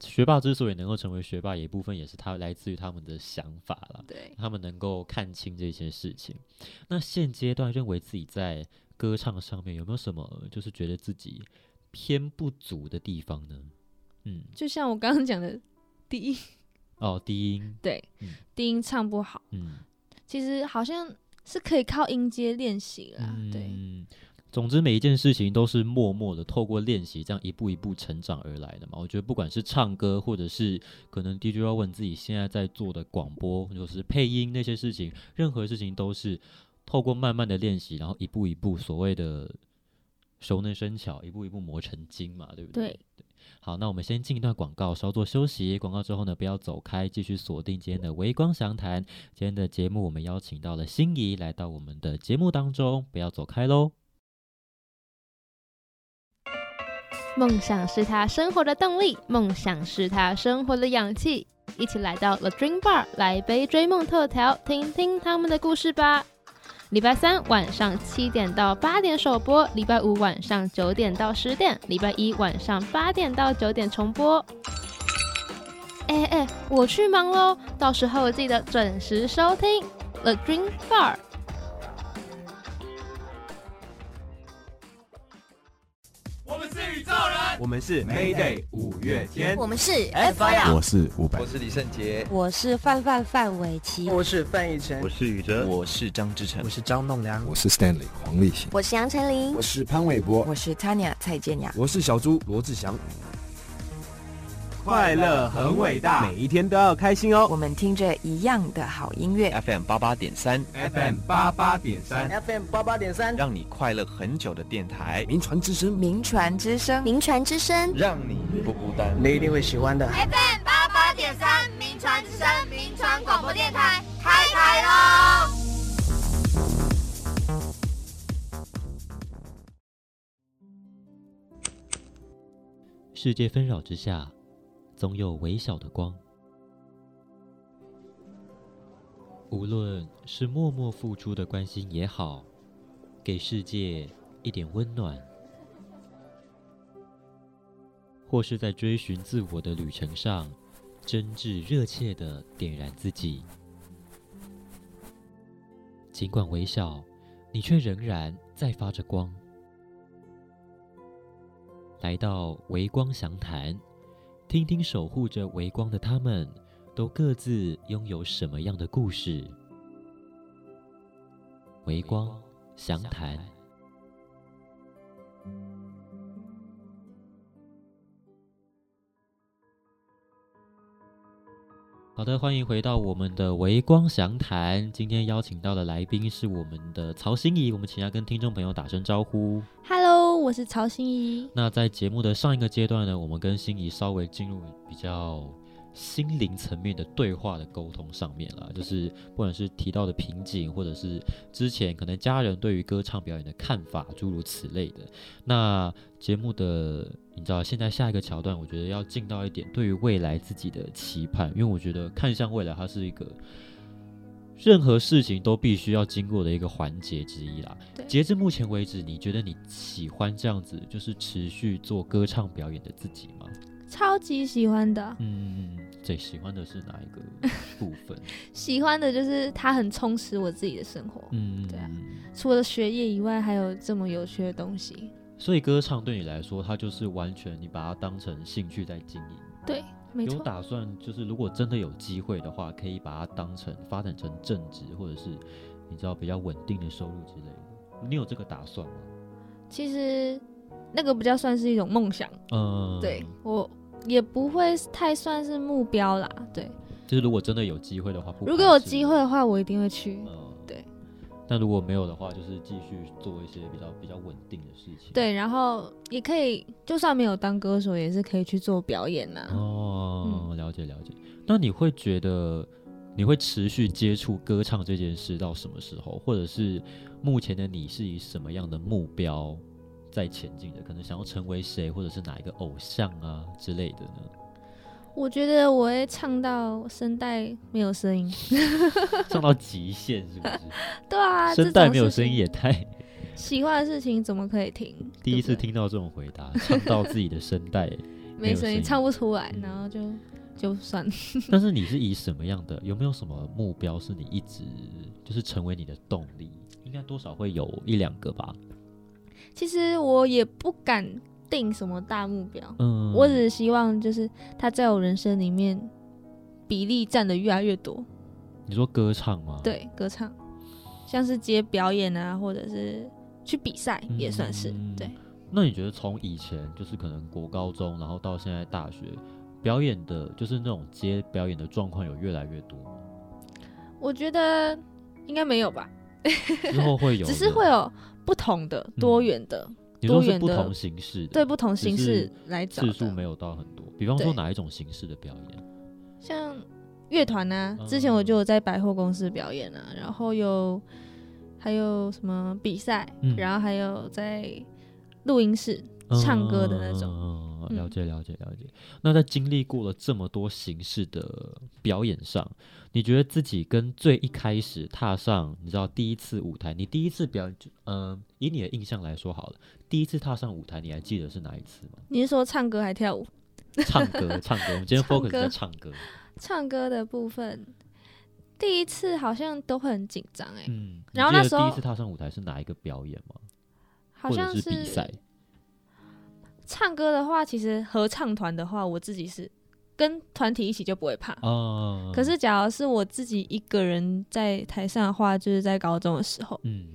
学霸之所以能够成为学霸，也部分也是他来自于他们的想法啦。
对，
他们能够看清这些事情。那现阶段认为自己在歌唱上面有没有什么，就是觉得自己偏不足的地方呢？嗯，
就像我刚刚讲的，低音
哦，低音，
对
嗯
低音唱不好，
嗯
其实好像是可以靠音阶练习啦。对，
嗯，总之每一件事情都是默默的透过练习，这样一步一步成长而来的嘛。我觉得不管是唱歌，或者是可能 DJ 要问自己现在在做的广播，或者是配音那些事情，任何事情都是透过慢慢的练习，然后一步一步所谓的熟能生巧，一步一步磨成精嘛，对不对？
对
好，那我们先进一段广告，稍作休息。广告之后呢，不要走开，继续锁定今天的微光详谈。今天的节目我们邀请到了心仪来到我们的节目当中，不要走开喽。
梦想是他生活的动力，梦想是他生活的氧气。一起来到 The Dream Bar，来杯追梦特调，听听他们的故事吧。礼拜三晚上七点到八点首播，礼拜五晚上九点到十点，礼拜一晚上八点到九点重播。哎哎，我去忙喽，到时候记得准时收听 The Dream Bar。
我们是宇宙人，
我们是
Mayday 五月天
我们是
FIR
我是伍佰
我，是李圣杰，
我是范范范玮琪，
我是范逸臣，
我是宇哲，我是张之成
我，是张栋梁，
我是 Stanley 黄立行，
我是杨丞琳，
我是潘玮柏，
我是 Tanya 蔡健雅。
我是小猪罗志祥。
快乐很伟大
每一天都要开心哦。
我们听着一样的好音乐，
FM 八八点三，
，FM 八八点三，
FM 八八点三，
让你快乐很久的电台。
名传之声，
名传之声，
名传之声
让你不孤单。
你一定会喜欢的。
，FM 八八点三，名传之声，名传广播电台，开台喽！
世界纷扰之下，总有微小的光。无论是默默付出的关心也好，给世界一点温暖，或是在追寻自我的旅程上，真挚热切的点燃自己。尽管微小，你却仍然在发着光。来到微光详谈，听听守护着微光的他们，都各自拥有什么样的故事？微光详谈。好的，欢迎回到我们的微光详谈。今天邀请到的来宾是我们的曹欣怡，我们请她跟听众朋友打声招呼。
Hello，我是曹欣怡。
那在节目的上一个阶段呢，我们跟心仪稍微进入比较心灵层面的对话的沟通上面了，就是不管是提到的瓶颈，或者是之前可能家人对于歌唱表演的看法，诸如此类的。那节目的你知道，现在下一个桥段，我觉得要进到一点对于未来自己的期盼，因为我觉得看向未来，它是一个。任何事情都必须要经过的一个环节之一啦。
对
截至目前为止，你觉得你喜欢这样子，就是持续做歌唱表演的自己吗？
超级喜欢的，
嗯，最喜欢的是哪一 个部分？
喜欢的就是它很充实我自己的生活，
嗯，
对啊除了学业以外，还有这么有趣的东西。
所以歌唱对你来说，它就是完全你把它当成兴趣在经营。
对，没
有
错，
打算就是如果真的有机会的话，可以把它当成发展成正职，或者是你知道比较稳定的收入之类的。你有这个打算吗？
其实那个比较算是一种梦想，
嗯，
对。我也不会太算是目标啦。对，
就是如果真的有机会的话，不嗯
如果有
排斥
机会的话，我一定会去。对
但如果没有的话，就是继续做一些比较比较稳定的事情。
对，然后也可以，就算没有当歌手，也是可以去做表演呐、啊嗯
哦，了解了解。那你会觉得你会持续接触歌唱这件事到什么时候？或者是目前的你是以什么样的目标在前进的？可能想要成为谁，或者是哪一个偶像啊之类的呢？
我觉得我会唱到声带没有声音。
唱到极限是不是？
对啊，
声带没有
这种事情
声音也 太……
喜欢的事情怎么可以停？
第一次听到这种回 答，唱到自己的声带
没
有
声
声嗯
音，唱不出来，然后就就算了。
但是你是以什么样的？有没有什么目标是你一直就是成为你的动力？应该多少会有一两个吧。
其实我也不敢定什么大目标，
嗯
我只希望就是他在我人生里面比例占的越来越多。
哦你说歌唱吗？，
对，歌唱，像是接表演啊，或者是去比赛
嗯
也算是、对。
那你觉得从以前就是可能国高中，然后到现在大学，表演的就是那种接表演的状况有越来越多吗？
我觉得应该没有吧，
之后会 有嗯
只是会有不同的、多元的、
你
多
说是
元
不
的
同形式的，
对不同
只
形
是
式来找
次数
的
没有到很多。比方说
对
哪一种形式的表演？
像乐团啊，
嗯
之前我就有在百货公司表演啊，然后有还有什么比赛，
嗯
然后还有在录音室唱歌的那种。
嗯
嗯
了解了解了解。那在经历过了这么多形式的表演上，你觉得自己跟最一开始踏上，你知道第一次舞台，你第一次表演，嗯、以你的印象来说好了，第一次踏上舞台，你还记得是哪一次吗？
你是说唱歌还跳舞？
唱歌，唱歌，我们今天
唱
focus
歌
在唱歌。
唱歌的部分，第一次好像都会很紧张哎，
嗯，你
然后
记
那
得
时
第
候
一次踏上舞台是哪一个表演吗？
好
或者
像
是比赛？
唱歌的话，其实合唱团的话，我自己是跟团体一起就不会怕。
哦
可是，假如是我自己一个人在台上的话，就是在高中的时候，
嗯，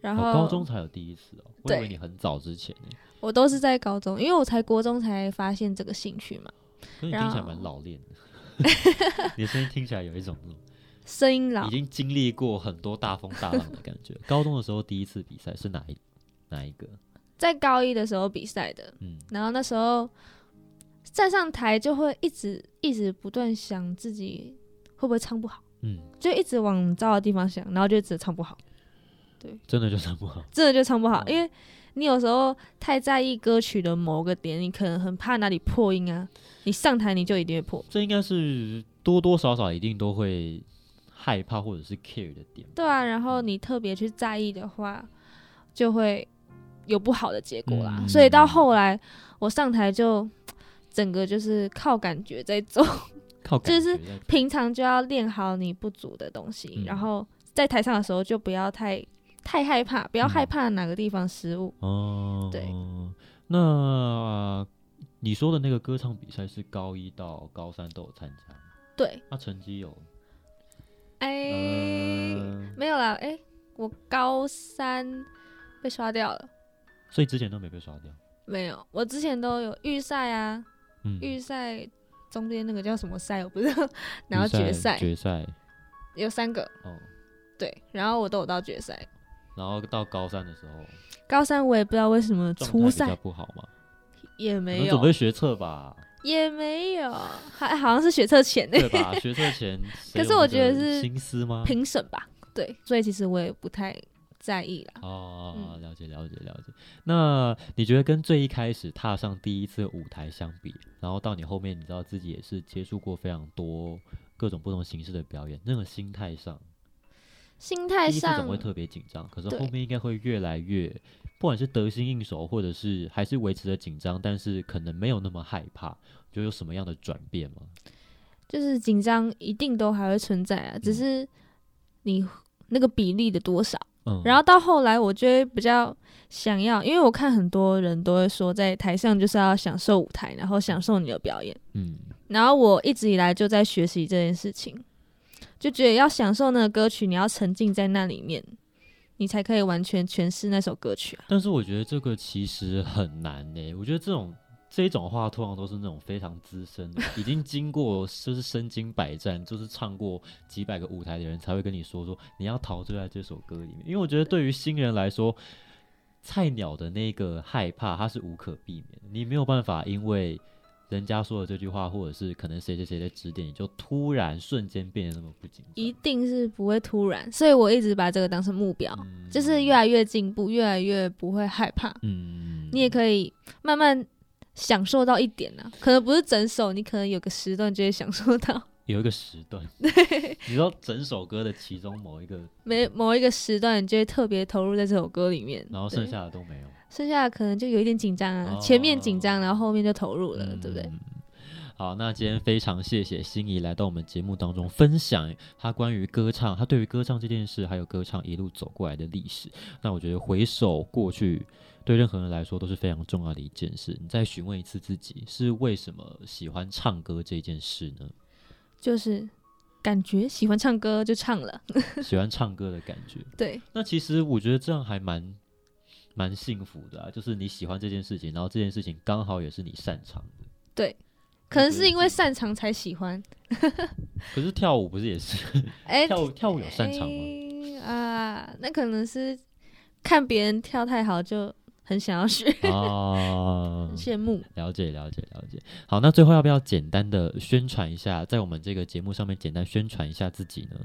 然
哦
后
高中才有第一次哦，我以为
对
你很早之前耶，
我都是在高中，因为我才国中才发现这个兴趣嘛，
可是你
然
听起来
后
蛮老练的， 你的声音听起来有一种那种
声音老
已，经经历过很多大风大浪的感 觉。高中的时候第一次比赛是哪一哪一个？
在高一的时候比赛的，
嗯
然后那时候站上台就会一直一直不断想自己会不会唱不好，
嗯，
就一直往糟的地方想，然后就一直唱不好，
真的就唱不好。
真的就唱不好，因为你有时候太在意歌曲的某个点，你可能很怕哪里破音啊，你上台你就一定会破。
这应该是多多少少一定都会害怕或者是 care 的点。
对啊，然
嗯
后你特别去在意的话，就会有不好的结果啦。
嗯
所以到后来，我上台就整个就是靠感觉在走，
靠感
就
觉
是
在
平常就要练好你不足的东西，
嗯
然后在台上的时候就不要太太害怕，不要害
嗯
怕哪个地方失误。
哦，
对。
那你说的那个歌唱比赛是高一到高三都有参加吗？
对，
那成绩有？呃
哎、
嗯
没有啦，哎、我高三被刷掉了。
所以之前都没被刷掉。
没有，我之前都有预赛啊，
嗯
预赛中间那个叫什么赛我不知 道，然后
预
决赛
决赛
有三个，
哦，
对，然后我都有到决赛。
然后到高三的时候，
高三我也不知道为什么
状
初
态比较
赛
不好嘛，
也
可
没
能准备
有，
学测吧，
也没有，还好像是学测前呢、
对啊 吧？学测前，谁
可是
有
我
这
觉得
个
是
心思吗？哦
评审吧，对，所以其实我也不太在意啦。
哦，
嗯
了解了解了解。那你觉得跟最一开始踏上第一次舞台相比，然后到你后面，你知道自己也是接触过非常多各种不同形式的表演，那个心态上，
心态
第一次总
上
会特别紧张，可是
对
后面应该会越来越，不管是得心应手，或者是还是维持着紧张，但是可能没有那么害怕。就有什么样的转变吗？
就是紧张一定都还会存在啊，只是你那个比例的多少。
嗯，
然后到后来，我就会比较想要，因为我看很多人都会说，在台上就是要享受舞台，然后享受你的表演。
嗯，
然后我一直以来就在学习这件事情，就觉得要享受那个歌曲，你要沉浸在那里面，你才可以完全诠释那首歌曲啊。
但是我觉得这个其实很难呢、我觉得这种这种话通常都是那种非常资深的，已经经过就是身经百战，就是唱过几百个舞台的人才会跟你说说你要陶醉在这首歌里面。因为我觉得对于新人来说，菜鸟的那个害怕它是无可避免的，你没有办法因为。人家说的这句话，或者是可能谁谁谁的指点，你就突然瞬间变得那么不紧
一定是不会突然，所以我一直把这个当成目标，就是越来越进步，越来越不会害怕。
嗯，
你也可以慢慢享受到一点啊，可能不是整首，你可能有个时段就会享受到
有一个时 段，你知道整首歌的其中某一个，
每某一个时段，你就会特别投入在这首歌里面。
然后剩下的都没有。
剩下的可能就有一点紧张啊，
哦
前面紧张，然后后面就投入了，对不对？
嗯好，那今天非常谢谢心仪来到我们节目当中分享她关于歌唱，她对于歌唱这件事，还有歌唱一路走过来的历史。那我觉得回首过去，对任何人来说都是非常重要的一件事。你再询问一次自己，是为什么喜欢唱歌这件事呢？
就是感觉喜欢唱歌就唱了，
喜欢唱歌的感觉。
对，
那其实我觉得这样还蛮蛮幸福的啊，就是你喜欢这件事情，然后这件事情刚好也是你擅长的。
对，可能是因为擅长才喜欢。
可是跳舞不是也是？
哎
跳舞跳舞有擅长吗？
哎啊，那可能是看别人跳太好，就很想要学，
啊，
很羡慕。
了解了解了解。好，那最后要不要简单的宣传一下，在我们这个节目上面简单宣传一下自己呢？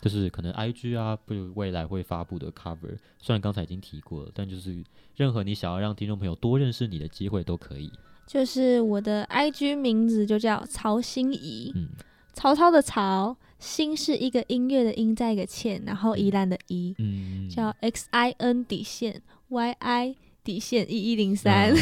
就是可能 IG 啊，不如未来会发布的 cover，虽然刚才已经提过了，但就是任何你想要让听众朋友多认识你的机会都可以。
就是我的 IG 名字就叫曹心怡，
嗯
曹操的曹，心是一个音乐的音，再一个欠，然后宜兰的宜，
嗯，
叫 X I N 底线 Y I 底线一一零
嗯
三，
啊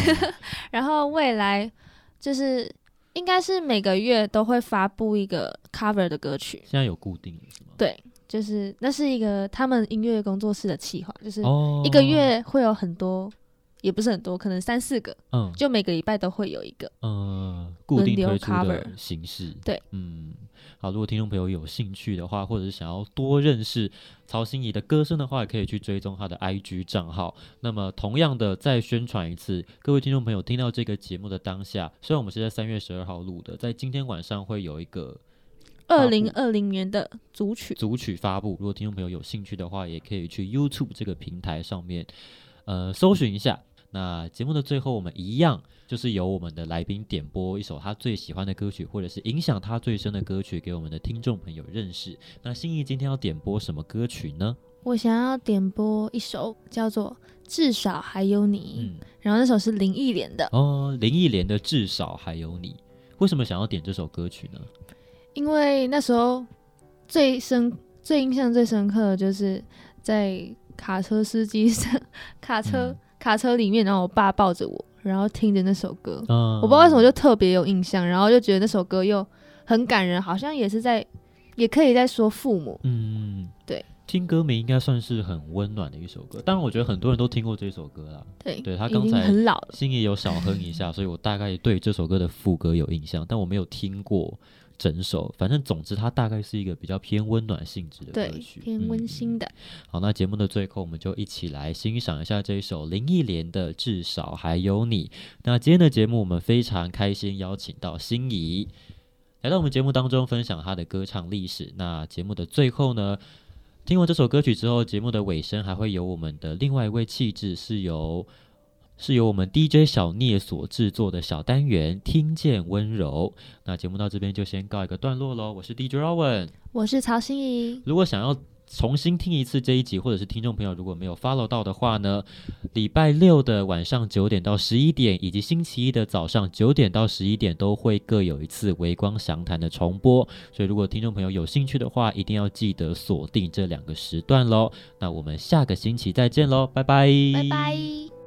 然后未来就是应该是每个月都会发布一个 cover 的歌曲，
现在有固定了是吗？
对，就是那是一个他们音乐工作室的企划，就是
哦
一个月会有很多，也不是很多，可能三四个，
嗯
就每个礼拜都会有一个，
呃，固
轮
定
流
推出
cover
的形式。
对，
嗯，好，如果听众朋友有兴趣的话，或者是想要多认识曹心怡的歌声的话，也可以去追踪她的 IG 账号。那么，同样的再宣传一次，各位听众朋友听到这个节目的当下，虽然我们是在三月十二号录的，在今天晚上会有一个
二零二零年的组曲。
组曲发布。如果听众朋友有兴趣的话，也可以去 YouTube 这个平台上面，呃，搜寻一下。那节目的最后，我们一样就是由我们的来宾点播一首他最喜欢的歌曲，或者是影响他最深的歌曲，给我们的听众朋友认识。那心怡今天要点播什么歌曲呢？
我想要点播一首叫做《至少还有
嗯
你》，然后那首是林忆莲的，
哦，林忆莲的《至少还有你》。为什么想要点这首歌曲呢？
因为那时候最深、最印象最深刻的就是在卡车司机上，卡车、
嗯
卡车里面，然后我爸抱着我，然后听着那首歌，
嗯
我不知道为什么就特别有印象，然后就觉得那首歌又很感人，好像也是在，也可以在说父母，
嗯，
对，
听歌名应该算是很温暖的一首歌。当然，我觉得很多人都听过这首歌啦。
对
对他
已经
刚才
很老了
心里有少哼一 下，所以我大概对这首歌的副歌有印象，但我没有听过整首。反正总之，它大概是一个比较偏温暖性质的
对
歌曲，，嗯
偏温馨的。
好，那节目的最后，我们就一起来欣赏一下这一首林忆莲的《至少还有你》。那今天的节目，我们非常开心邀请到心仪来到我们节目当中，分享她的歌唱历史。那节目的最后呢，听完这首歌曲之后，节目的尾声还会有我们的另外一位气质，是由是由我们 DJ 小聂所制作的小单元《听见温柔》。那节目到这边就先告一个段落喽。我是 DJ Rowan，
我是曹心怡，
如果想要重新听一次这一集，或者是听众朋友如果没有 follow 到的话呢，礼拜六的晚上九点到十一点，以及星期一的早上九点到十一点都会各有一次《微光详谈》的重播。所以如果听众朋友有兴趣的话，一定要记得锁定这两个时段喽。那我们下个星期再见喽，拜拜，
拜拜。